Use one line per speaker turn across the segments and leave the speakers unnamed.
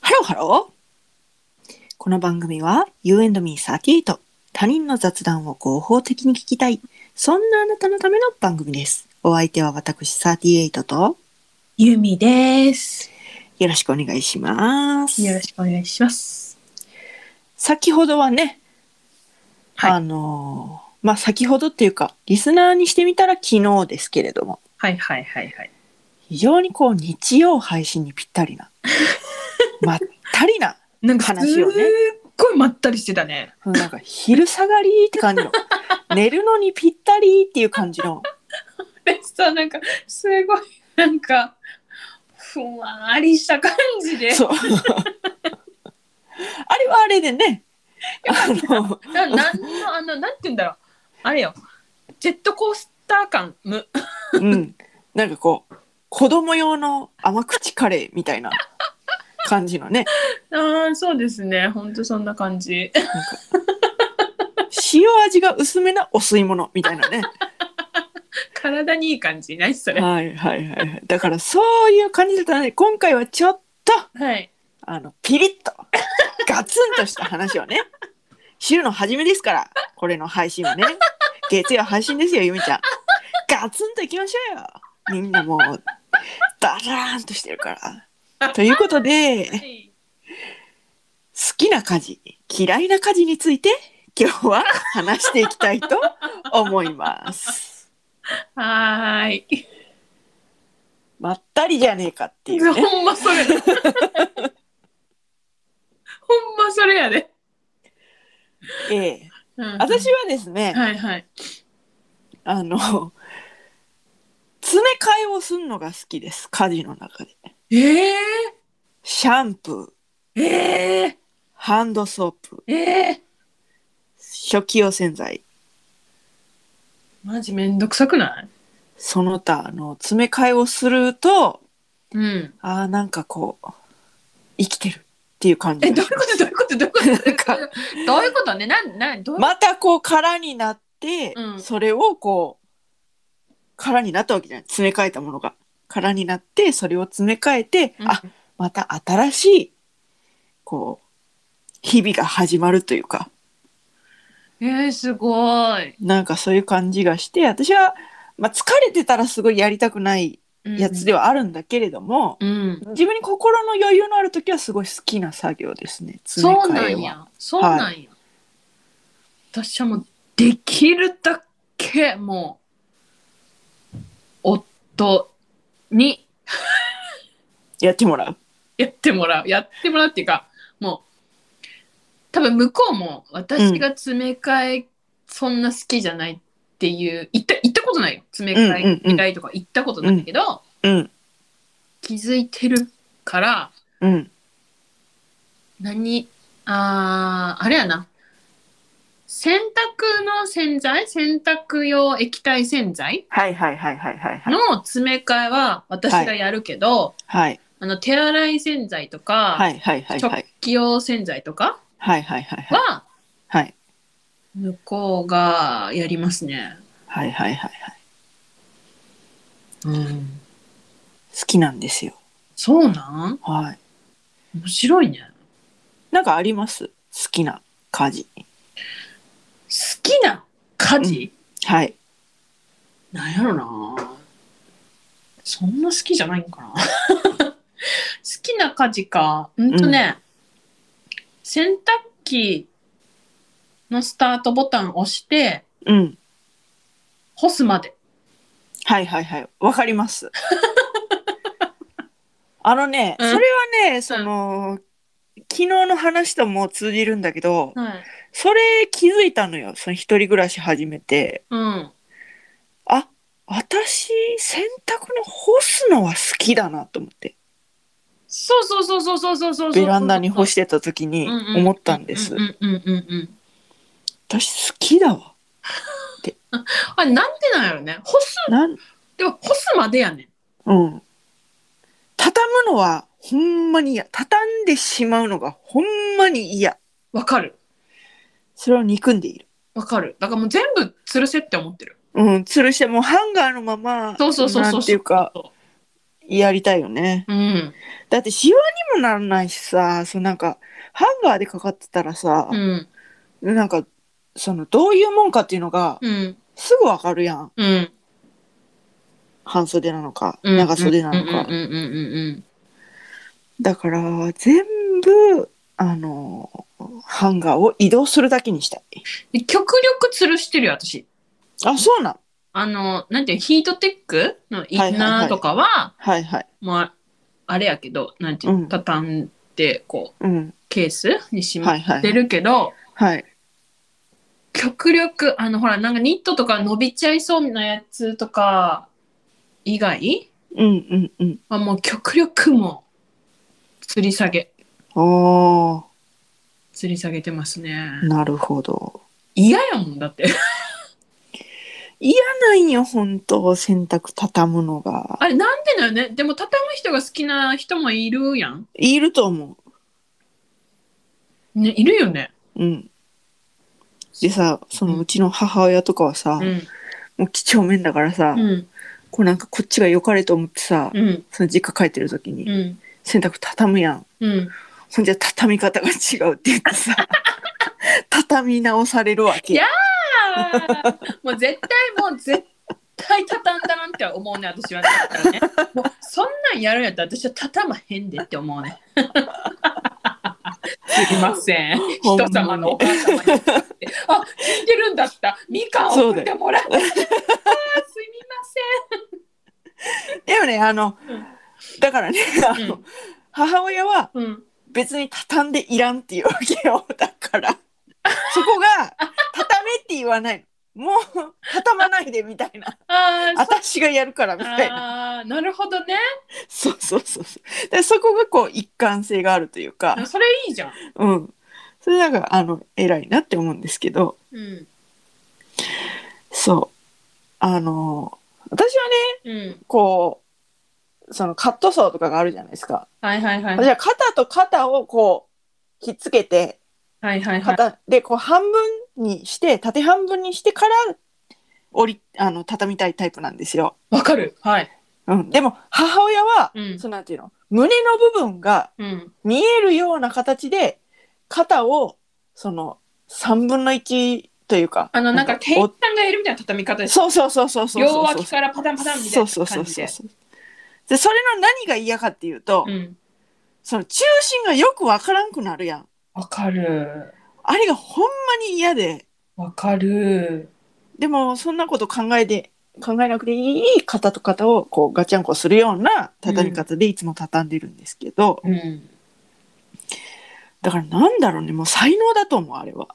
ハローこの番組は You and me38 他人の雑談を合法的に聞きたいそんなあなたのための番組ですお相手は私38と
ゆみです。
よろしくお願いします
よろしくお願いします。
先ほどはね、
はい
あのーまあ先ほどっていうかリスナーにしてみたら昨日ですけれども
はいはいはいはい。
非常にこう日曜配信にぴったり なまったりな
なんかす
話を
っ
ね
ごいまったりしてたね。
なんか昼下がりって感じの寝るのにぴったりっていう感じの
でさ、なんかすごいなんかふんわりした感じで。
そう。あ れはあれでね。あの、
ななんのあのなんて言うんだろう。あれよ。ジェットコースター感む。
うん。なんかこう、子供用の甘口カレーみたいな感じのね。
ああそうですね。本当そんな感じ。
塩味が薄めなお吸い物みたいなね。
体にいい感じ。ないそれ。
はいはいはいはい。だからそういう感じだったので、今回はちょっと、
はい。
あの、ピリッと、ガツンとした話をね。週の初めですから、これの配信はね。月曜配信ですよ、ゆみちゃん。ガツンといきましょうよ。みんなもう、ダラーンとしてるから。ということで、
は
好
い
きな家事、嫌いな家事について、今日は話していきたいと思います。
はーい。
まったりじゃねえかっていうね。
ほんまそれ。ほんまそれやで。
ええ
うん
私はですね、
はいはい。
あの、詰め替えをするのが好きです。家事の中で。
ええ
シャンプー、
ええ
ハンドソープ、
ええ
食器用洗剤、
マジめんどくさくない
その他あの詰め替えをすると、
うん。
あーなんかこう、生きてるっていう感
え、
じ
ど
が
うい
し
うことどういうことどうい
ま
うこと
す。なんか、
どういうことねなん、なん、どういう
またこう空になって、
うん
それをこう、空になったわけじゃない。詰め替えたものが。空になって、それを詰め替えて、
うん
あ、また新しい、こう、日々が始まるというか。
えー、すごい。
なんかそういう感じがして私は、まあ、疲れてたらすごいやりたくないやつではあるんだけれども、
うん。
自分に心の余裕のある時はすごい好きな作業ですね詰め
そうな
替え
ん
は
や。そうなんや。私はもう、できるだけ、もう、夫に
やってもらう
やってもらう。やってもらうっていうか、もう、多分向こうも私が詰め替え、そんな好きじゃないっていう、行った、行ったことないよ。詰め
うんう
替
んうん
え嫌いとか行ったことないんだけど、
うん
気づいてるから、
うん
何、あー、あれやな。洗濯の洗剤洗濯用液体洗剤
はいはいはいはいはいはい
の詰め替えは私がやるけど、
はい
あの手洗い洗剤とか、
はいはいはいはい
食器用洗剤とか
はいはいはいはい
は
はい
向こうがやりますね。
はいはいはい
うん。
好きなんですよ
そうなん
はい
面白いね。
なんかあります好きな家事
好きな家事、
はい
なんやろな。そんな好きじゃないんかな。 好きな家事か。うんとね、洗濯機のスタートボタンを押して、
うん
干すまで。
はいはいはいわかります あのね、
うん
それはねその、昨日の話とも通じるんだけど、
はい。
それ気づいたのよその一人暮らし始めて
うん。
あ私洗濯の干すのは好きだなと思って
そうそうそうそうそうそうそう。
ベランダに干
し
してた時に思ったんです
うんうんうんうんうん。
私好きだわ
あれなんでなんやろね。干す
なん
でも干すまでやねん。
うん畳むのはほんまに嫌畳んでしまうのがほんまに嫌
わかる。
それを憎んでいる
わかる。だからもう全部吊るせって思ってる。
うん、吊るしてもうハンガーのまま
そうそうそうそう。
なんていうか
そ
やりたいよね。
うん。
だってシワにもならないしさ、そうなんか、ハンガーでかかってたらさ
う、ん。
なんか、その、どういうもんかっていうのが、
うん。
すぐわかるやん。
うん。
半袖なのか、
うん。
長袖なのか。
うん。うん。うんうん。
だから、全部、あの、ハンガーを移動するだけにしたい。
うん。極力吊るしてるよ、私。
あ、そうなん。
あの、なんていうのヒートテックのインナーとかは、
はいはい。
もう、あれやけど、なんていう
うん
の畳んで、こう、
うん。
ケースにしま
は
っ
いは
て
い。
るけど、
はい。
極力、あの、ほら、なんかニットとか伸びちゃいそうなやつとか、以外
うんうんうん。
はもう極力もう、吊り下げ、
あ
吊り下げてますね。
あ、なるほど。
嫌やもん、だって。
ないんよ、本当洗濯畳むのが。
あれなんでだよねでも畳む人が好きな人もいるやん。
いると思
ね、いるよね。
う。うん。でさ、そのうちの母親とかはさ、
うん。
もう几帳面だからさ、
うん。
こうなんかこっちが良かれと思ってさ、
うん。
その実家帰ってる時に、
うん。
洗濯畳むやん。
うん。
ほんじゃ畳み方が違うって言って さ、畳み直されるわけ。
いやあーもう絶対もう絶対畳んだなって思うね私はだからね。もうそんなんやるんやったら私は畳まへんでって思うね。 すいません。
ほんま
人
に
様のお母様に送ってあ聞いてるんだった。みかん送ってもらった。あーすみま
でもね、あの、
うん
だからね、あの、
うん
母親は、
せん。うん。
別に畳んでいらんっていうわけよだから そこが畳めって言わないのもう畳まないでみたいな
あ ーそ
私がやるからみたいな
あーなるほどね。
そうそうそうそうでそこがこう一貫性があるというか
それいいじゃん。
うんそれだからあの偉いなって思うんですけど
うん。
そうあの私はね
うん。
こうそのカットソーとかがあるじゃないですか
はいはいはい。
私は肩と肩をこうひっつけて
はいはいはい。
肩でこう半分にして縦半分にしてから折りあの畳みたいタイプなんですよ。
わかる。はい。
うん、でも母親は、
うん。
そうなんていうの胸の部分が
うん。
見えるような形で肩をその3分の1というか
あの、なんか、店員
お
さんがいるみたいな畳み方です。
そうそうそうそうそう
両
そうそう
脇からパタンパタンみたいな
そうそ
感
う
じ
そう
で。
そうでそれの何が嫌かっていうと、
うん。
その中心がよくわからんくなるやん
わかる。
あれがほんまに嫌で
わかる。
でもそんなこと考えて考えなくていい肩と肩をこうガチャンコするような畳み方でいつも畳んでるんですけど、
うん。
だからなんだろうねもう才能だと思うあれは。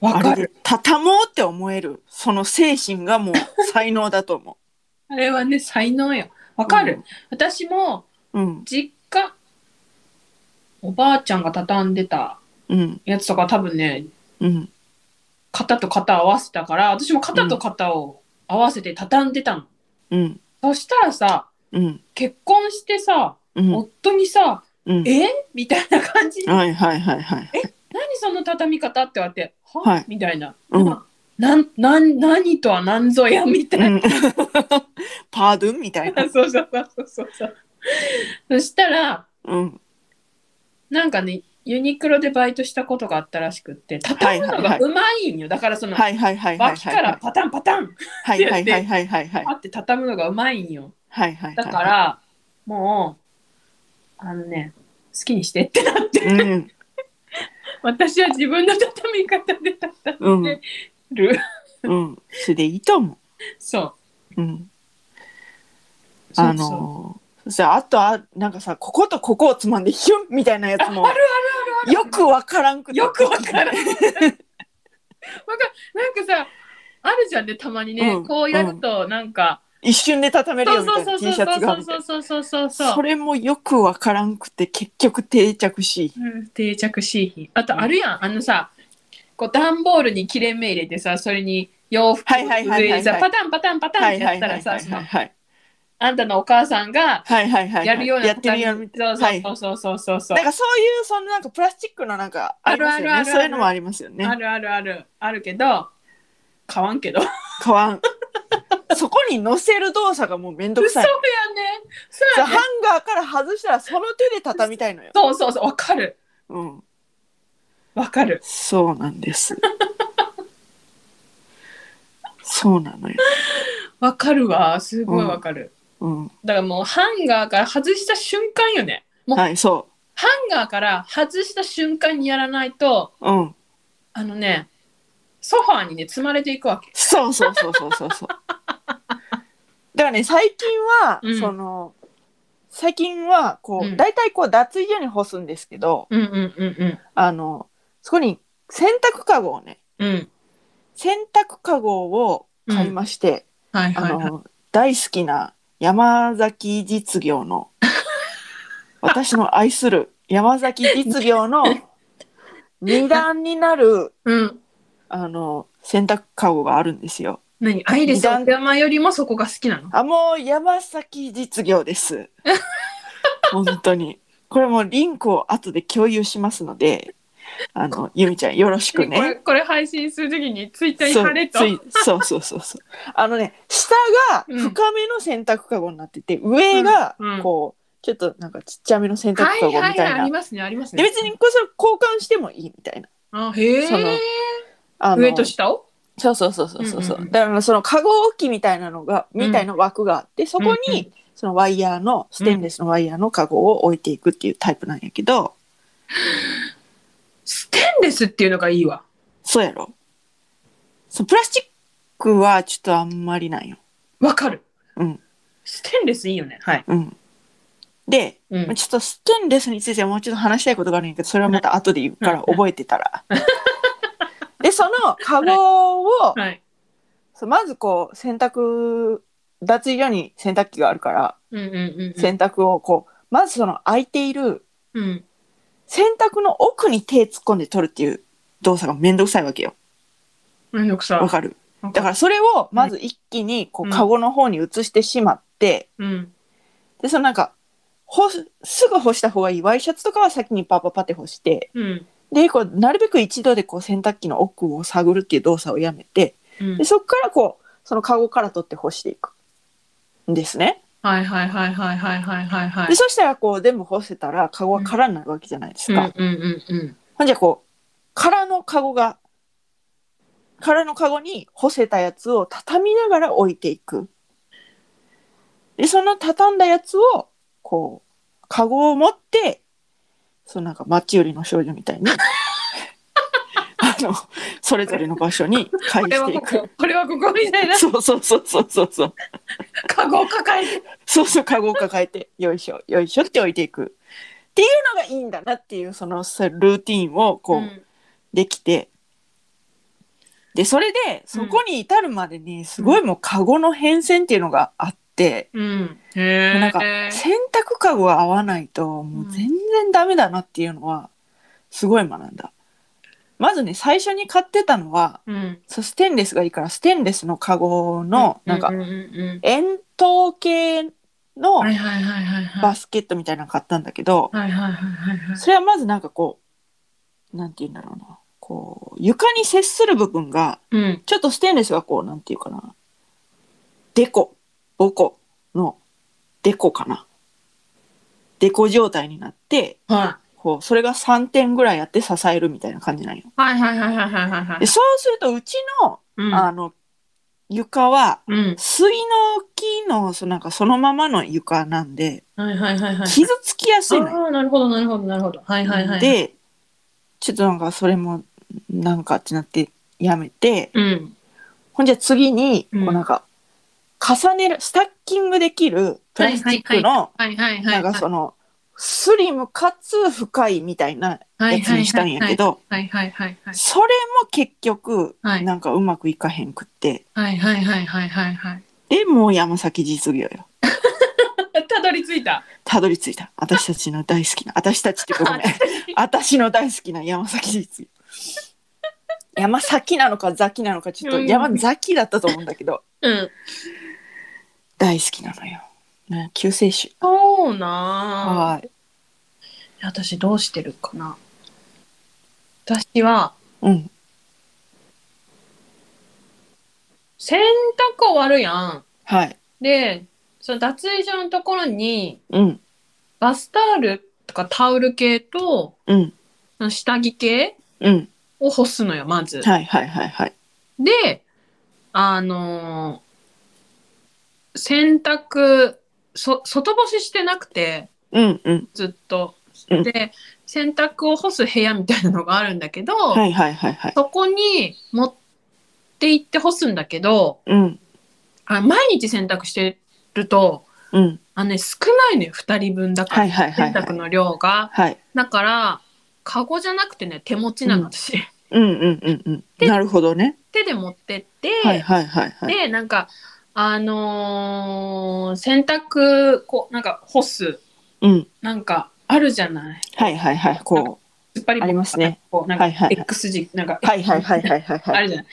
わ
あ
か
れで
る。
畳もうって思えるその精神がもう才能だと思
あれはね、才能よ。わ
う。
かる。私も、
うん
実家、おばあちゃんが畳んでた
うん
やつとか多分ね、
うん
肩と肩合わせたから、私も肩と肩を合わせて畳んでたの。
うん
そしたらさ、
うん
結婚してさ、
うん
夫にさ、
うん。
えみたいな感じで
はいはいはいはい。
何その畳み方って言われては、
はい
みたいな、
うん
なんかなんなん何とは何ぞやみたいな、
うんパードゥンみたいな。
そうそうそうそうそうそしたら
うん
なんかねユニクロでバイトしたことがあったらしくって畳むのがうまいんよ、だからその、
はいはいはいはい
脇
は
か
い
らパタンパタン
はいはいはいはいはいはい
あって畳むのがうまいんよ
はいはい
だから、もうあのね好きにしてって なって
うん
私は自分の畳み方で畳んでる、
うんそれでいいと思
そう
う。うん
そうそう
あのー、そしてあとあなんかさこことここをつまんでヒュンみたいなやつも
ある
よくわからんくて
よくわからない。わかなんかさ、あるじゃんね、たまにね、
うん
こうやると、なんか、
一瞬で畳める
そ
よ
う
みた
そう
いな
そう
T シ
そ
ャツが
う
みたい
そうそうそうそう
な
そ。
そうれもよくわからんくて結局定着し
うん定着しいひんあとあるやん、あのさ、こう段ボールに切れ目入れてさ、それに洋服
はいはいはいはいはい
上にさ、パタンパタンパタン
は
っ
い
てや
は
っ
い
た
はい
ら
は
さ、
い
その
はい
あんたのお母さんが
はいはいはい
やるような
やってるよう
畳
な
そう
はい
そうそうそうそうそう
なん。かそういうそのなんかプラスチックのなんかありますよ
あるあるあ
ね
る
そういうのもありますよね
あるあるあるあるけど、買わんけど。
買わんそこに乗せる動作がもうめんど
そう
く
や
さ
ね
い。
そ
そう
うや
ハ
ね
ンガーから外したらその手で畳みたいのよ。
そうそうそうわかる
うん。
わかる
そうなんです。 そうなのよ。
わかるわすごいわかる、
うん。
だからもうハンガーから外した瞬間よねもう
はい、そ
ハンガーから外した瞬間にやらないと
う。うん。
あのねソファーにね積まれていくわけ
そうそうそうそうそうそう。だからね最近は、
うん
その最近はこう、
うん
大体こう脱衣所に干すんですけど
うんうんうん
あのそこに洗濯かごをね
うんうん
洗濯かごを買いまして、
はいはい
あ
はい
の大好きな山崎実業 の私の愛する山崎実業の二段になる
うん
あの洗濯かごがあるんですよ。
何アイリスオペマよりもそこが好きなの
あ、もう山崎実業 です。本当に。これもリンクを後で共有しますので、あの、ゆみちゃんよろしく
これ
ね。
これ配信するときにツイッターに
そう
貼れと
ついそうそうそうそう。 あのね、下が深めの洗濯かごになってて、上が
うんうん
こう、ちょっとなんかちっちゃめの洗濯
は
かごみ
い
た
はいい
な。
はいありますねあります
で、
ね
別にこれそれ交換してもいいみたいな。
あへ
その
え
あの
上と下を
そうそうそうそうそうそう、
うんうんうん
だからそのカゴ置きみたいなのが、みたいな枠があってそこ
うんう
にそのワイヤーのステンレスのワイヤーのカゴを置いていくっていうタイプなんやけど
ステンレスっていうのがいいわ
そうやろそのプラスチックはちょっとあんまりないよ
わかる
うん
ステンレスいいよねはい
うんで
うん
ちょっとステンレスについてもうちょっと話したいことがあるんやけどそれはまた後で言うから覚えてた らでそのカゴを
はい
そうまずこう洗濯脱衣所に洗濯機があるから
うんうんうん
洗濯をこうまずその空いている
うんうん
洗濯の奥に手突っ込んで取るっていう動作がめんどくさいわけよ
めんどくさ
わかる
わかる
だからそれをまず一気にこ
う
うんカゴの方に移してしまって
うん
でそのなんか干すすぐ干した方がいいワイシャツとかは先にパパパって干して
うん
でこうなるべく一度でこう洗濯機の奥を探るっていう動作をやめて
うん
でそこからこうそのカゴから取って干していくんですね
はいはいはいはいはいはいはいは
で
い
そしたらこう全部干せたらカゴは空になるわけじゃないですか、
うんうんうんうん
ほんじゃこう、空のカゴが、空のカゴに干せたやつを畳みながら置いていく。で、その畳んだやつを、こう、カゴを持って、そのなんか町寄りの少女みたい に、あの、それぞれの場所に返
これ
し
は
てい
こ
く。
ここれはここみた いな
そうそうそうそうそうそう。
カゴを抱えて
そうそう、カゴを抱えて、よいしょ、よいしょって置いていく。っていうのがいいんだなっていう、そのさルーティンを、こう、
うん
できてでそれでそこに至るまでにすごいもうカゴの変遷っていうのがあって、
うんへえ
なんか洗濯カゴが合わないともう全然ダメだなっていうのはすごい学んだ。まずね最初に買ってたのは
うん
そうステンレスがいいからステンレスのカゴのなんか
うううん
円筒形の
はいはいはいはいは
バ
い。
スケットみたいなの買ったんだけど
はいはいはいはいはい。
それはまずなんかこうなんて言うんだろうなこう床に接する部分が
うん。
ちょっとステンレスがこう、なんていうかな。デコ、ボコのデコかな。デコ状態になって、
は
こう、それが3点ぐらいあって支えるみたいな感じなんよ
い。。はいはいはいはいはいはいは
で
い。
そうすると、うちの、
うん
あの、床は、
うん。
水の木の、そのなんかそのままの床なんで、
はいはいはいはい。
傷つきやすいのよ。
ああ、なるほどなるほどなるほど。はいはいはい。、
で、ちょっとなんかそれも、なんかってなって、やめて、
うん。
ほんじゃ次に、
うん
こうなんか、重ねる、スタッキングできるプラスチックの、
はいはいは。
ないんかその、スリムかつ深いみたいな
はい
やつ
はい
にしたんやけ。ど、
はいはいはいはい。
それも結局、
はい
なんかうまくいかへんくって、
はいはいはいはいはいはい。
で、もう山崎実業よ。
たどり着いた。
たどり着いた。私たちの大好きな、私たちってご めん。私の大好きな山崎実業。山崎なのかザキなのか、ちょっと
うん
山崎だったと思うんだけど、
うん。
大好きなのよ。ね救世主。
そうな
は
あ。
い。
私どうしてるかな。私は
うん。
洗終わるやん。
はい。
で、その脱衣所のところに、
うん。
バスタオルとかタオル系と、
うん。
下着系
うん。
を干すのよ、まず。
はいはいはいはい。
で、あのー洗濯、そ、外干ししてなくて、
うんうん。
ずっと。
うん
で、洗濯を干す部屋みたいなのがあるんだけど、
はいはいはいはい。
そこに持って行って干すんだけど、
うん。
あ毎日洗濯してると、
うん。
あのね、少ないのよ、二人分だから。
はいはいはい
洗
はい
濯。の量が。
はい。
だから、カゴじゃなくてね、手持ちなの、私。
うんうんうんうん。
で
なるほどね。
手で持ってって、
はいはいはいはい。
でなんかあのー洗濯こうなんか干す
うん。
なんかあるじゃない
はいはいはい。こ
突っ張り棒
ありますね
こう
う。
なん
は
か
いはいはい。
X 字なんか
はいはいはいはいはい
あ
はい。
るじゃない
わ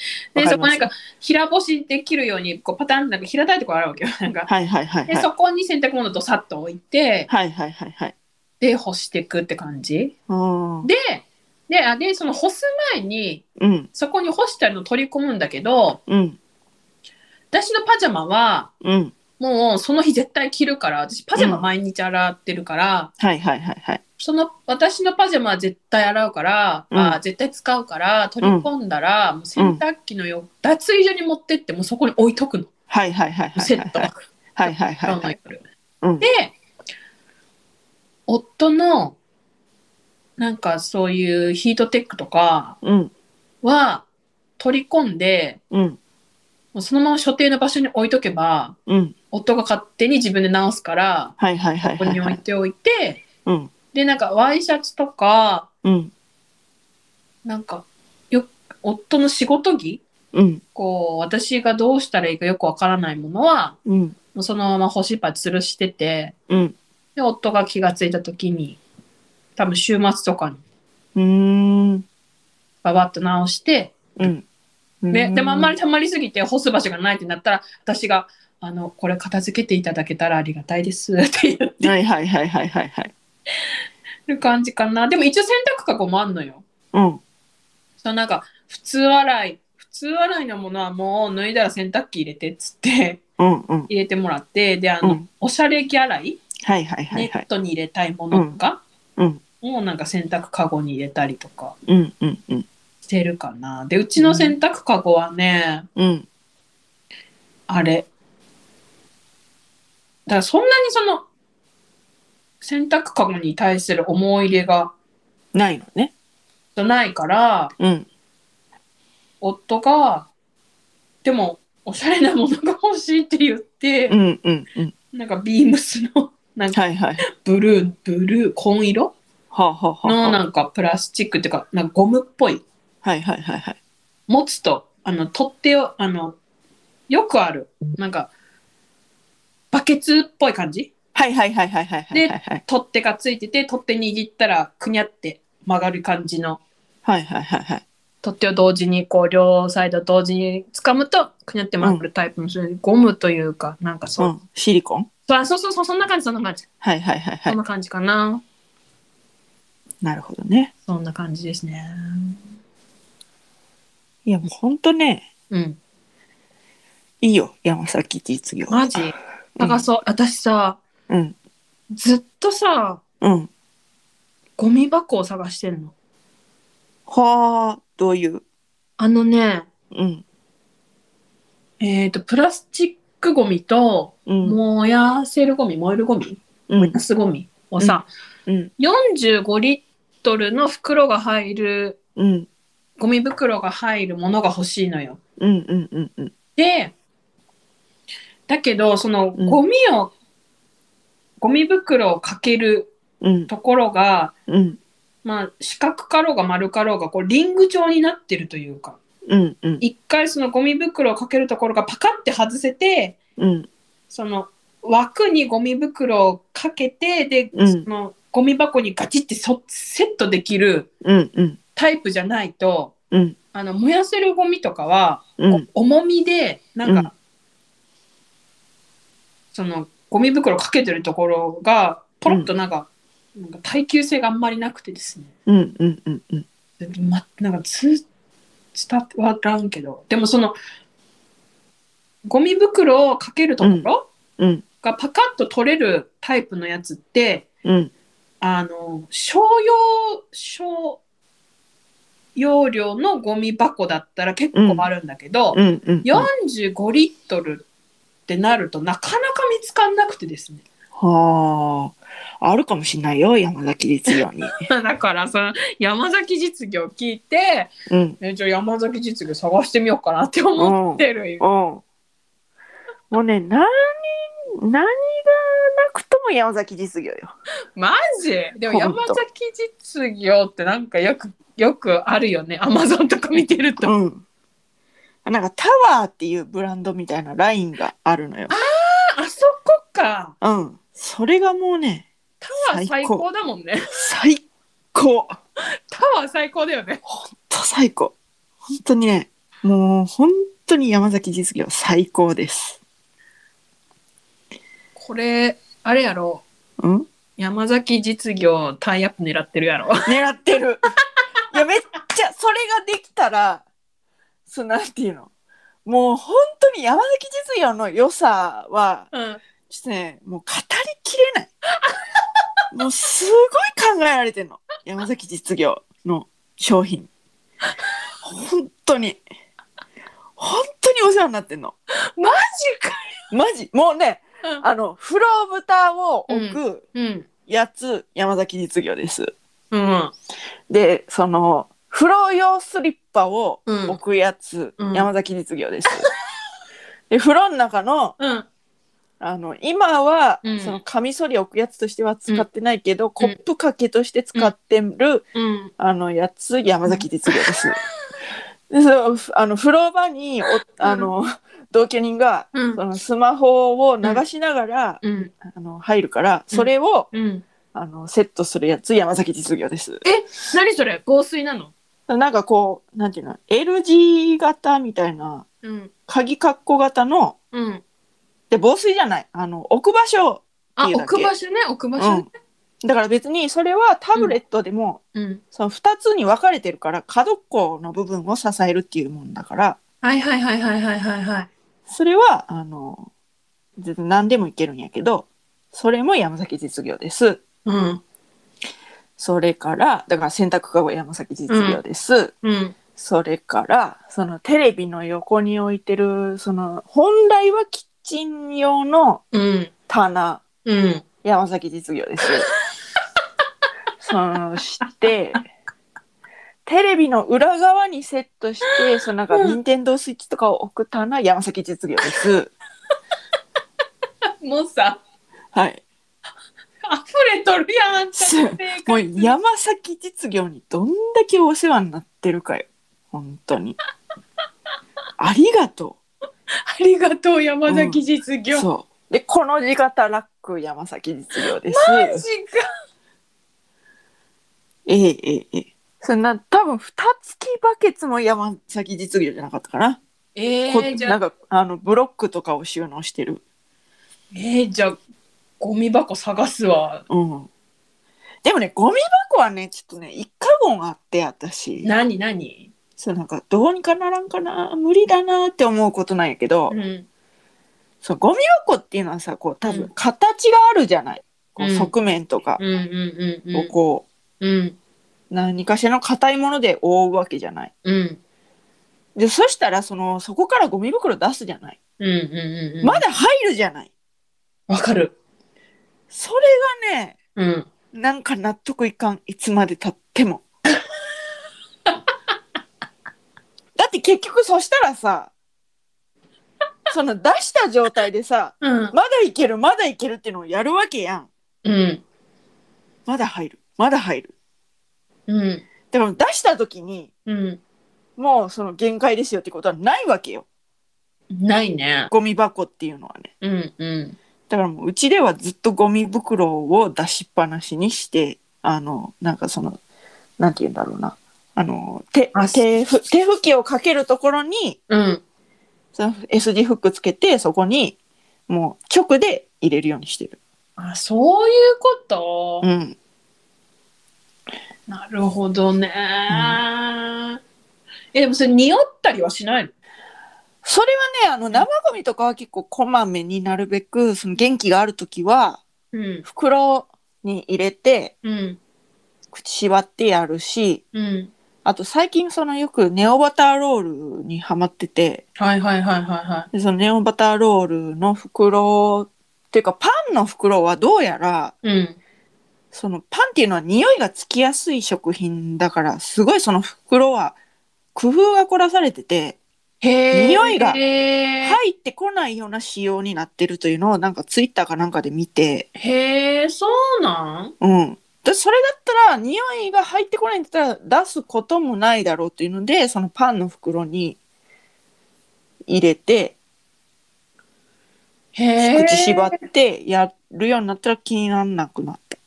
か
で
ります
そこなんか平干しできるようにこうパタンってなんか平たいとこあるわけ よなんか
はいはいはい
で
はい。
そこに洗濯物どさっと置いて
はいはいはいはい。
で干していくって感じ
うん。
でであでその干す前に
うん
そこに干したの取り込むんだけど
うん
私のパジャマは
うん。
もうその日絶対着るから私パジャマ毎日洗ってるから、
はいはいはいはい。
その私のパジャマは絶対洗うから、
うん
あ絶対使うから取り込んだら、もう洗濯機のよ脱衣所に持ってってもうそこに置いとくの、
はいはいはいはい。
セット、
はいはいはい
今日
は
の
い。
夜
うん
で夫のなんかそういうヒートテックとか
うん
は取り込んで
うん
もうそのまま所定の場所に置いとけば
うん。
夫が勝手に自分で直すから
はいはいはい
ここ
は
に
いは
置い
い。
ておいて、
うん
でなんかワイシャツとか
うん
なんかよ夫の仕事着
うん
こう私がどうしたらいいかよくわからないものは
うん
もうそのまま干しっぱ吊るしてて
うん。
で夫が気がついた時に多分週末とかに
うーん
ババッと直して
うん。
ででもあんま
り。
り溜まりすぎて干す場所がないってなったら私が「あのこれ片付けていただけたらありがたいです」 って言って
はいはいはいはいはいはい。
る感じかなでも一応洗濯かごもあんのよ。
うん
そのなんか普通洗い普通洗いのものはもう脱いだら洗濯機入れてっつって。
うんうん。
入れてもらってであの、
うん
おしゃれギャラい
はいはいは
ネ
いは
ッ
い。
トに入れたいものとか、
うんうん
もうなんか洗濯かごに入れたりとか
うんうんうん
してるかなでうちの洗濯かごはね、
うん
あれだからそんなにその洗濯かごに対する思い入れが
ないのね。
ないから
うん
夫がでもおしゃれなものが欲しいって言って、
うんうんうん。
なんかビームス のなんか
はいはい。
ブルーブルー紺色
はあ、はあはあは
の
あ、
なんかプラスチックっていうかなんかゴムっぽい
はいはいはいはい。
持つとあの取っ手をあのよくあるなんかバケツっぽい感じ
はいはいはいはいはいはいはいはい。
取っ手がついてて取っ手握ったらくにゃって曲がる感じの
はいはいはいはい。
取っ手を同時にこう両サイド同時に掴むとくにゃって曲がるタイプの、そういうゴムというかなんか
う
そう、
ん、シリコン
あそうそうそうそんな感じそんな感じ、
はいはいはいは
そん
い。
な感じかな
なるほどね。
そんな感じですね
いやもうほんとね、
うん
いいよ、山崎実業。
マジ高そう、私さ
うん
ずっとさ
うん。
ゴミ箱を探してんの。
はあ、どういう。
あのね、
うん。
えっ、と、プラスチックゴミと、
うん。
燃やせるゴミ、燃えるゴミ、
うん
ガ。スゴミをさ、
うん。
45リットルの袋が入る、
うん。
ゴミ袋が入るものが欲しいのよ。
うん。うん。うん。うん。
で、だけど、その
うん
ゴミを、ゴミ袋をかける
うん。
ところが、
うん。
まあ、四角かろうが丸かろうが、こう、リング状になってるというか、
うん。うん。
一回そのゴミ袋をかけるところがパカって外せて、
うん。
その枠にゴミ袋をかけてで、
うん
そのゴミ箱にガチってそセットできる
うん。うん。
タイプじゃないと
うん。
あの燃やせるゴミとかは、
うん。
お重みでなんか、
うん
そのゴミ袋かけてるところがポロッとなんか,、なんか耐久性があんまりなくてですね、
うん。うん。うん。うん。
ま、なんかつ伝わらんけどでもそのゴミ袋をかけるところ
うん
がパカッと取れるタイプのやつって、
うん
あの、商用、商用量のゴミ箱だったら結構あるんだけど、
うんうん
45リットルってなるとなかなか見つかんなくてですね。
はああるかもしれないよ山崎実業に。
だからその山崎実業聞いて、
うん
えじゃあ山崎実業探してみようかなって
う
思
ん
ってるよ。
もうね何何がなくとも山崎実業よ。
マジでも
ほん
山
と
崎実業ってなんかよくよくあるよねアマゾンとか見てると。
うん。なんかタワーっていうブランドみたいなラインがあるのよ。
あそこか
うん。それがもうね
タワー最高だもんね。
最高。
タワー最高だよね。
本当最高。本当にねもう本当に山崎実業最高です。
これあれやろ
うん。
山崎実業タイアップ狙ってるやろ。
狙ってるいやめっちゃそれができたらそうなんていうのもう本当に山崎実業の良さは
うん
ちょっとねもう語りきれ ないもうすごい考えられてんの山崎実業の商品本当に本当にお世話になってんの
マジか。
マジもうね
うん
あの風呂蓋を置く
うん。
やつ、山崎実業です
うん。
でその風呂用スリッパを
うん
置くやつ、
うん
山崎実業です。 で風呂の中の
うん。
あの今は、
うん
そのカミソリ置くやつとしては使ってないけど、コップ掛けとして使ってる、
うん。
あのやつ山崎実業です。 でそのふあの風呂場におあの、同居人が
うん
そのスマホを流しながら、
うん。
あの入るからそれを、
うん。
あのセットするやつ山崎実業です。
何それ防水なの
なんかこう、なんていうの、L 字型みたいな、
うん。
鍵括弧型の、
うん。
で、防水じゃない、あの、置く場所。っ
あ、
ていうだ
置
け
く場所ね、置く場
う
所ね
ん。。だから別に、それはタブレットでも、
うん。
その2つに分かれてるから、角っこの部分を支えるっていうもんだから、
はいはいはいはいはいはいはい。
それは、あの、全然何でもいけるんやけど、それも山崎実業です。
うん。
それから、だから洗濯かご山崎実業です。
うん。
それからそのテレビの横に置いてるその本来はキッチン用の
うん。
棚
うん。
山崎実業です そのしてテレビの裏側にセットしてそのなんか
うん
任天堂スイッチとかを置く棚山崎実業です
もうさ、
はい
溢れとるやん。
すもう 山崎実業にどんだけお世話になってるかよ本当 にありがとう
ありがとう、山崎実業。マ
そう。で、この字型ラック山崎実業です。
ジか。
ええええええ。そんな、多分、蓋付きバケツも山崎実業じゃなかったかな。
え
こ
ー、じ
な
ゃ
ん
あ、
か、あの、ブロックとかを収納してる。
えー、じゃあ、ゴミ箱探すわ。
うん。でもね、ゴミ箱はね、ちょっとね、一カゴンあって、私。
何何
そう、なんか、どうにかならんかな、無理だなって思うことなんやけど、
うん。
そう、ゴミ箱っていうのはさ、こう、多
う
分
ん、
形があるじゃない。こう
うん
側面とか
うん、うんうん
をこう、
うん。うん。
何かしらの硬いもので覆うわけじゃない。
うん。
でそしたらそのそこからゴミ袋出すじゃない。
うんうんうん。
まだ入るじゃない。
わかる。
それがね
うん。
なんか納得いかんいつまでたって も。だって結局そしたらさその出した状態でさ
うん。
まだいけるまだいけるっていうのをやるわけやん。
うん。
まだ入るまだ入る。
うん。
だから出した時に
うん。
もうその限界ですよってことはないわけよ
ないね。
ゴミ箱っていうのはね。
うんうん。
だからもううちではずっとゴミ袋を出しっぱなしにしてあのなんかそのなんて言うんだろうなあの手
あ
手ふ手拭きをかけるところに
うん。
その S 字フックつけてそこにもう直で入れるようにしてる。
あ、そういうこと
う。ん、
なるほどね。え、でもそれ匂ったりはしないの
それはね、あの、生ゴミとかは結構こまめになるべく、その元気があるときは、
うん。
袋に入れて、
うん。
口縛ってやるし、
うん。
あと最近そのよくネオバターロールにハマってて、
はいはいはいはいは
でそのネオバターロールの袋、っていうかパンの袋はどうやら、
い。うん。
そのパンっていうのは匂いがつきやすい食品だから、すごいその袋は工夫が凝らされてて、
へえ。
匂いが
へえ。
入ってこないような仕様になってるというのをなんかツイッターかなんかで見て、
へえ、そうなん
うん。でそれだったら匂いが入ってこないんだったら出すこともないだろうというので、そのパンの袋に入れて、
へえ。
口縛ってやるようになったら気にならなくなった。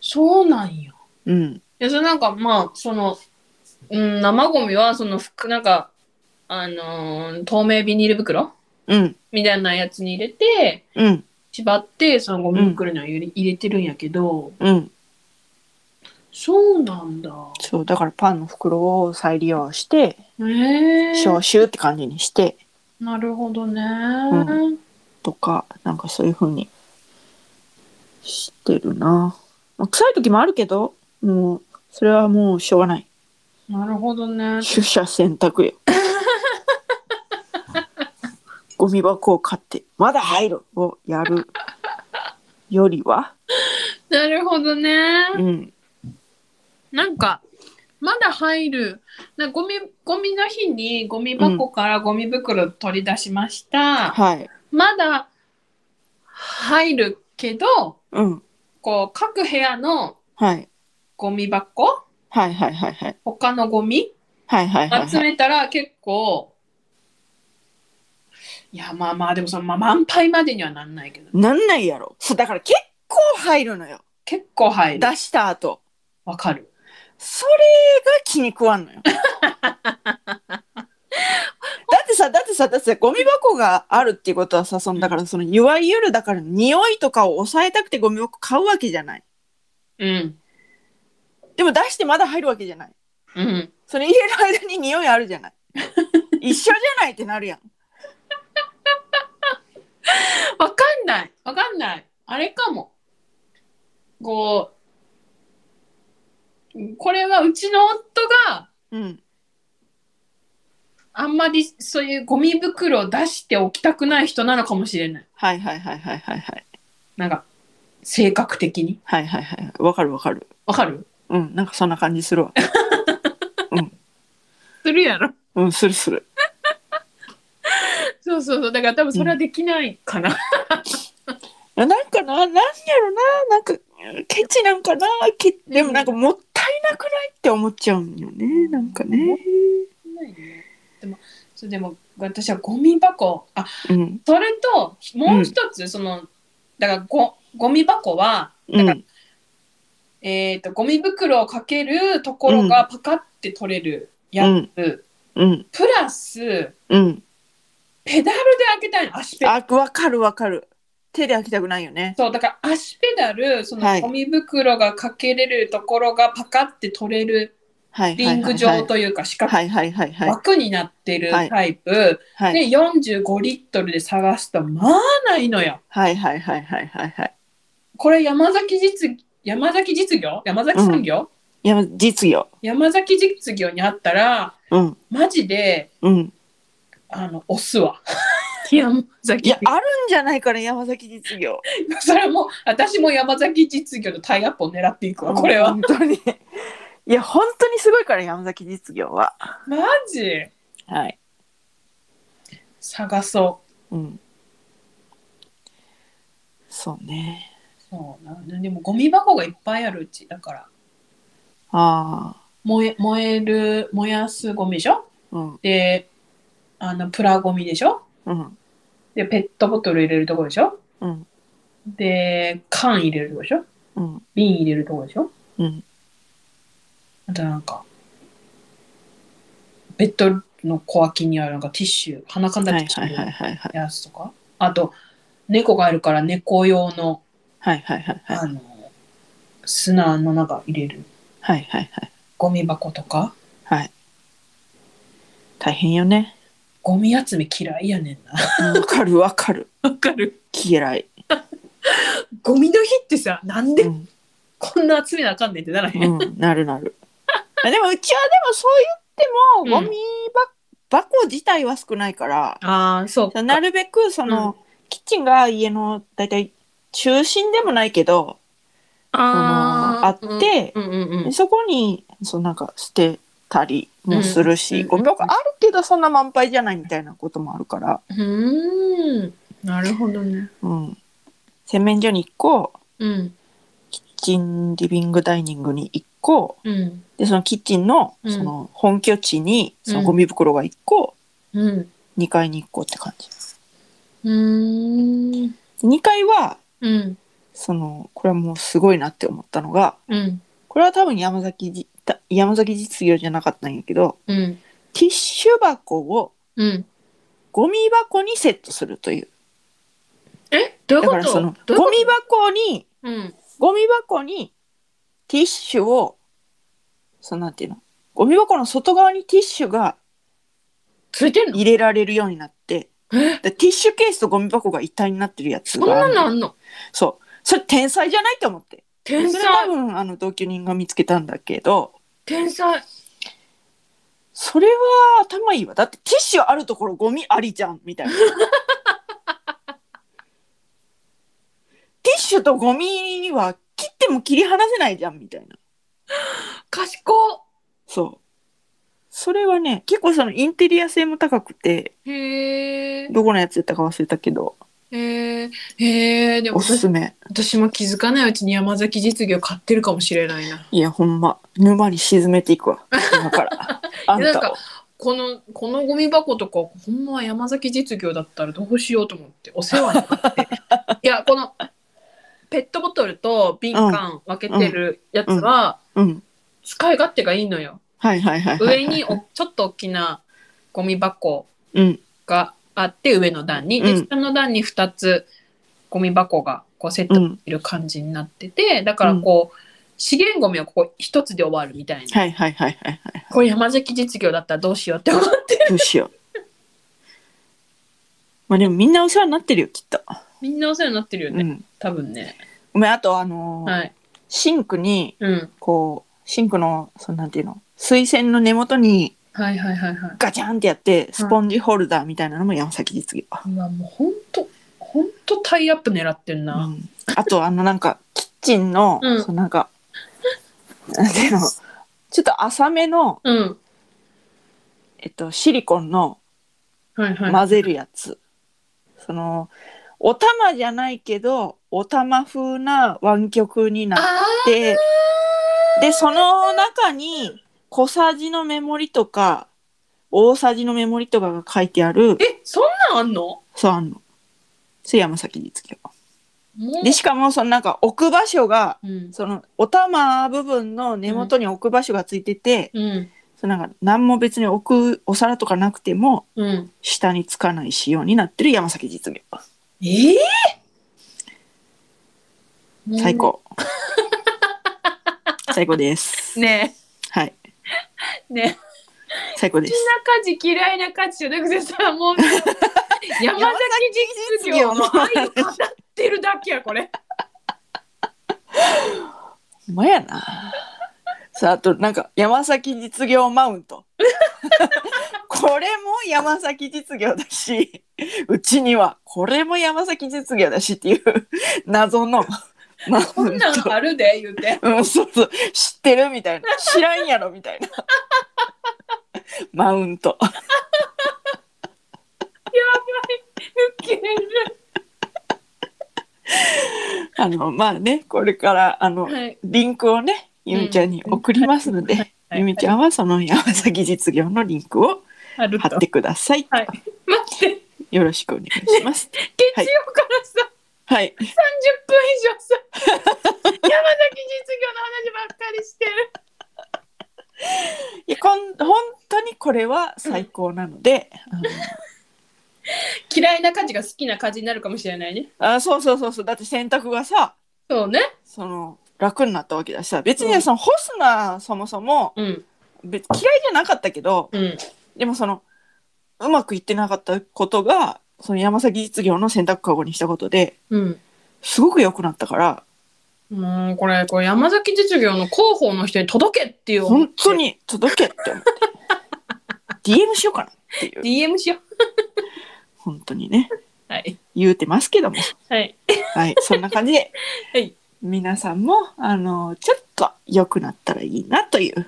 そうなんや。
うん。
いや、それなんか、まあ、その、うん、生ゴミは、その、服、なんか、あのー透明ビニール袋
うん。
みたいなやつに入れて、
うん。
縛って、そのゴミ袋には入れ,、入れてるんやけど、
うん。
そうなんだ。
そう。だからパンの袋を再利用して、
へえ。
消臭って感じにして、
なるほどね、
んとか、なんかそういう風にしてるな。まあ臭い時もあるけど、もう、それはもうしょうがない。
なるほどね。
取捨選択よ。ゴミ箱を買って、まだ入るをやるよりは、
なるほどね。
うん。
なんか、まだ入る。なゴミ、ゴミの日にゴミ箱からゴミ袋取り出しました。
はい。
まだ入るけど、
うん。
こう、各部屋の
はい。
ゴミ箱、
はいはいはいはい。
他のゴミ
はいはいはい、
集
はい。
めたら結構、いや、まあまあ、でもその、まあ、満杯までにはなんないけど、
なんないやろ。そう、だから結構入るのよ。
結構入る。
出した後。
わかる。
それが気に食わんのよ。だってさ、だってさ、だってさ、ゴミ箱があるっていうことはさ、そのだからその、いわゆるだから匂いとかを抑えたくてゴミ箱買うわけじゃない。
うん。
でも出してまだ入るわけじゃない。
うん。
それ入れる間に匂いあるじゃない。一緒じゃないってなるやん。
わかんない。わかんない。あれかも。こう、これはうちの夫が
うん。
あんまりそういうゴミ袋を出しておきたくない人なのかもしれない。
はいはいはいはいはいはい。
なんか、性格的に。
はいはいはい。わかるわかる。
わかる
うん。なんかそんな感じするわ。
するやろ。
うん、するする。
そうそうそう。だから多分それはできないかな。
いやなんかな、なんやろな、なんか、ケチなんかな、ケでもなんかもったいなくないって思っちゃうんよね、なんかね。
ないねでも、そうでも私はゴミ箱、あ、
うん、
それともう一つ、その、だからゴゴミ箱は、
う
だか
ん、
らえっ、と、ゴミ袋をかけるところがパカって取れるや
うん、
つ、
うん、
プラス、
うん。
ペダルで開けたいの、足ペダル。
あ、わかるわかる。手で開きたくないよね。
そうだから足ペダルそ
は
の
い
ゴミ袋がかけれるところがパカって取れる
はい。
リング状というか四角
はいはいはいはい。
枠になってる
はい
タイプ
はい
で45リットルで探すとまあないのよ。
はいはいはいはいはいはい。
これ山崎実山崎実業山崎産業、
いや、実業。
山崎実業にあったら
うん、
マジで
うん。
あの押 すわ。山
い
崎
や、あるんじゃないから、山崎実業。
それも私も山崎実業のタイアップを狙っていくわこれは。
本当に。いや、本当にすごいから、山崎実業は。
マジ
はい。
探そう。
うん。そうね。
そうなんだでもゴミ箱がいっぱいあるうちだから
あ
燃え燃える燃やすゴミでしょ
あ、うん、
であのプラゴミでしょ
うん、
でペットボトル入れるとこでしょ
うん、
で缶入れるとこでしょ
うん、
瓶入れるとこでしょ
うん。
あとなんかベッドの小脇にあるなんかティッシュ鼻かんだ
は
テ
い
ィッシ
はいはい
ュ
はいはい。
のやつとかあと猫がいるから猫用の
はいはいはいはい。
あの砂の中入れる
はいはいはい。
ゴミ箱とか
はい。大変よね。
ゴミ集め嫌いやねんな。
わかるわかる。
わかる。
嫌い。
ゴミの日ってさ、なん
う
で
ん、
こんな集めなあかんねんってならへん。
うんなるなる。あ でもうちはでもそう言っても、
うん
ゴミば箱自体は少ないから、
ああ、そうか。
なるべくその、キッチンが家のだいたい中心でもないけど、
あ
そのあって
うんうんうん。
そこにそうなんか捨てたりもするし、
うん
ゴミ箱あるけどそんな満杯じゃないみたいなこともあるから、
うん。なるほどね。
うん、洗面所に1個
うん。
キッチンリビングダイニングに1個
うん。
でそのキッチンの
うん
その本拠地に
うん
そのゴミ袋が1個、
うん。
2階に1個って感じ
うん。
2階は
うん。
そのこれはもうすごいなって思ったのが
うん。
これは多分山崎じた山崎実業じゃなかったんやけど
うん。
ティッシュ箱を
うん。
ゴミ箱にセットするという
え、どういう
だ
こ
から
と
その
どういうこ
ゴ
と
ミ箱に
うん。
ゴミ箱にティッシュをそのなんていうのゴミ箱の外側にティッシュが
ついてんの
入れられるようになって
え
でティッシュケースとゴミ箱が一体になってるやつ
そんな
がある
のあんの
そうそれ天才じゃないと思って
天
それ多
才
分あの同居人が見つけたんだけど
天才
それは頭いいわだってティッシュあるところゴミありじゃんみ たいなティッシュとゴミは切っても切り離せないじゃんみたいな
賢
そうそれはね結構そのインテリア性も高くて
っへえ
どこのやつやったか忘れたけど
へえへえでも
おす
私
すめ
私も気づかないうちに山崎実業買ってるかもしれないない
やほんま沼に沈めていくわ今からあん
いやなん
た
か
を
このこのゴミ箱とかほんまは山崎実業だったらどうしようと思ってお世話にな っていやこのペットボトルと瓶缶分けてるやつは
うん
使い勝手がいいのよ
はいはいはいはい、
上におちょっと大きなゴミ箱
うん
があって上の段にで
うん
下の段に2つゴミ箱がこうセット
う
さ
ん
れてる感じになってて、だからこう、資源ゴミはここ1つで終わるみたいな、
はいはいはいはいはい
これ山崎実業だったらどうしようって思って
どうしよう。 まあでもみんなお世話になってるよ、きっと。
みんなお世話になってるよ
う
ね、
ん。
多分ね
ごめん、あとあのー
はい
シンクに、
うん
こう、シンクの、そのなんていうの、水栓の根元に
はいはいはいはい
ガチャンってやって、スポンジホルダーみたいなのも山崎実業。
うわもうほんとほんとタイアップ狙ってん
う
な、
ん。あとあのなんか、キッチンの、
うん
そのなんか、なんていうの、ちょっと浅めの、
うん
えっと、シリコンの
はいはい、
混ぜるやつ。その、お玉じゃないけど、お玉風な湾曲になっ
あ
ででその中に小さじのメモリとか大さじのメモリとかが書いてある
ーえそんなんあんの
そうあんのそれ山崎につけば
もう
でしかもそのなんか置く場所が
うん
そのお玉部分の根元に置く場所がついてて、
うん
そのなんか何も別に置くお皿とかなくても
うん
下につかない仕様になってる山崎実業
えー
最高 最高です
ね
はい
えねえ
最高です
家事嫌いな家事じゃなくてさ もう山崎実業の愛を語ってるだけやこれ
ほんまやな。さあ、あと、なんか、山崎実業マウン ト。これも山崎実業だし、うちには、これも山崎実業だしっていう謎のマ
こ
ウ
ん
ン
なん
ト。
あるで言う て
うん、そうそう、知ってるみたいな。知らんやろみたいな。マウント。
受ける
あの、まあね、これから、あの、
はい
リンクをね、ゆみちゃんに送りますので、
はい
ゆみちゃんはその山崎実業のリンクを
ある
貼
と
ってください。
はい待って
よろしくお願いし ます。
月曜からさ、
はい。
30分以上さ 山崎実業の話ばっかりしてる
いや、こん、本当にこれは最高なので。
嫌いな家事が好きな家事になるかもしれないね
あのあ、そうそうそうそう、だって洗濯がさ、
そうね
その楽になったわけだしさ、別に
う
ね
ん
その干すな、そもそも。
うん
別嫌いじゃなかったけど、
うん
でもその。うまくいってなかったことがその山崎実業の洗濯カゴにしたことで
うん。
すごく良くなったから
もうこれ、これ山崎実業の広報の人に届けっていう。
本当。に届けって思 って DM しようかなっていう
DM しよう。
本当にね
はい。
言うてますけども
はい。
はいそんな感じで、
はい
皆さんもあのちょっと良くなったらいいなという、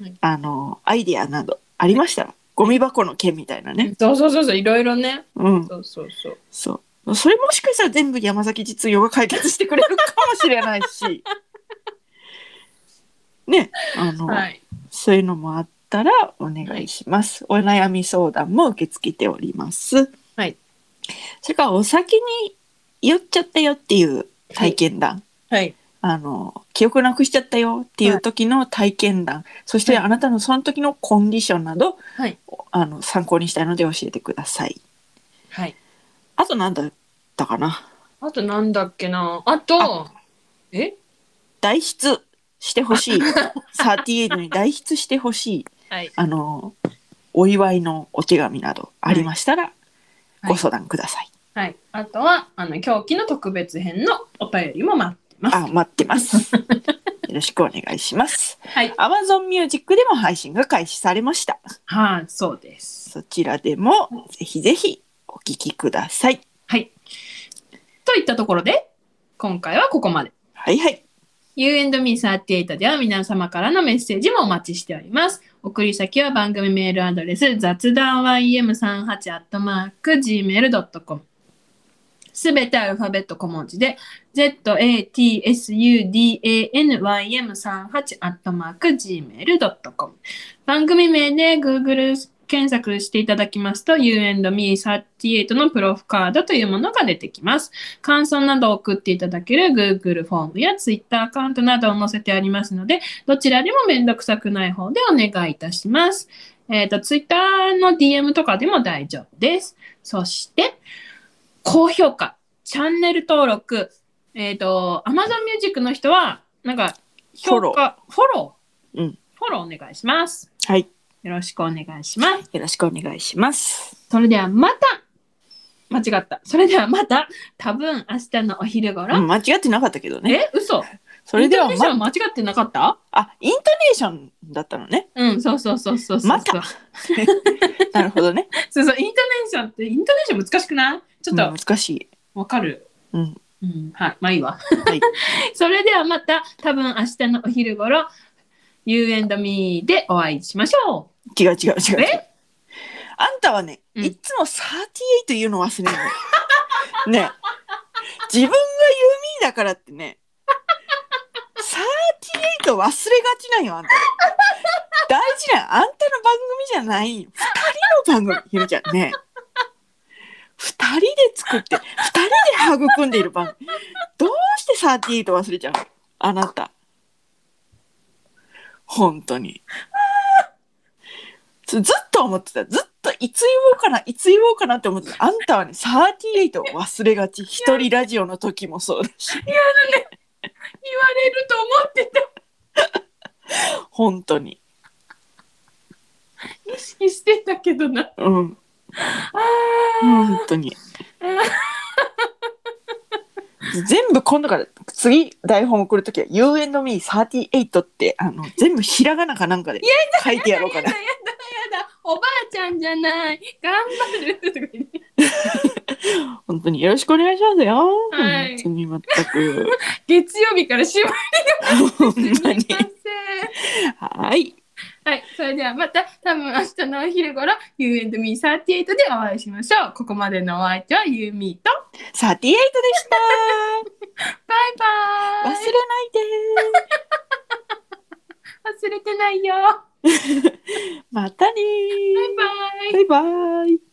はい
あのアイデアなどありましたらゴミ箱の件みたいなね
そうそうそうそう、いろいろね。
うん
そうそうそう。
そう。それもしかしたら全部山崎実業が解決してくれるかもしれない し。ね、あの、
はい。
そういうのもあったらお願いします。お悩み相談も受け付けております。
はい。
それからお酒に酔っちゃったよっていう体験談。
はい。
あの記憶なくしちゃったよっていう時の体験談、そして
はい
あなたのその時のコンディションなど、
はい
あの参考にしたいので教えてください。
はい。
あと何だったかな
あとなんだっけな。あと、え
代筆してほ しい38に代筆してほしい
はい。
あのお祝いのお手紙などありましたら
い
ご相談ください、
はい。あとは、あの、狂気の特別編のお便りも待ってます。
あ待ってます よろしくお願いします
はい。
Amazon Music でも配信が開始されました
はい、そうです。
そちらでもぜひぜひお聞きください
はい。といったところで、今回はここまで。
はいはい
U&Me38 では皆様からのメッセージもお待ちしております。送り先は番組メールアドレス雑談 ym38-gmail.com すべてアルファベット小文字で zatsudanym38-gmail.com 番組名で Google 検索していただきますと U&Me38 のプロフカードというものが出てきます。感想などを送っていただける Google フォームや Twitter アカウントなどを載せてありますので、どちらでもめんどくさくない方でお願いいたします。えっ、と、Twitter の DM とかでも大丈夫です。そして、高評価、チャンネル登録、えっ、と、Amazon Music の人は、なんか、評価、フォロー、
うん
フォローお願いします。
はい
よろしくお願いします。
よろしくお願いします
それではまた間違った。それではまた多分明日のお昼頃、
うん間違ってなかったけどね
え嘘
それでは
イントネーショ
ま
ン間違ってなかった
あイントネーションだったのね
うん、そうそうそうそうそう。
またなるほどね
そうそう、イントネーションって、イントネーション難しくない ちょっ
うん
と
難しい
わかる。
うん
うん、はい、まあいいわ。
はい
それではまた多分明日のお昼頃 You and me でお会いしましょ
違う違う 違う違う
え
あんたはね、
うん
いっつも38言うの忘れ るのね自分がユーミーだからってね38忘れがちなんよあんた大事なあんたの番組じゃないよ二人の番組ゆみちゃんね二人で作って二人で育んでいる番組どうして38忘れちゃうのあなた本当にずずっと思ってた。ずっといつ言おうかな、いつ言おうかなって思ってた。あんたはね、38を忘れがち。一人ラジオの時もそうだし、
う。言われると思ってた。
本当に。
意識してたけどな。
うん、
あ
本当に。全部今度から次台本送るときは You and me38 ってあの全部ひらがなかなんかで書いてやろうか
やだや
な
だ。やだ。おばあちゃんじゃない。頑張る。とか言って
本当によろしくお願いしますよ。
は
本
い
当に全 く。
月曜日から週末
ほん
に
ま
行
に
き。ません。
はい。
はい、それではまた多分明日のお昼頃 You and me38 でお会いしましょう。ここまでのお相手はユーミーと
38でした。
バイ
忘れな
バーイ
いで
忘れてないよ。
またねー
バイバイ
バイバイ。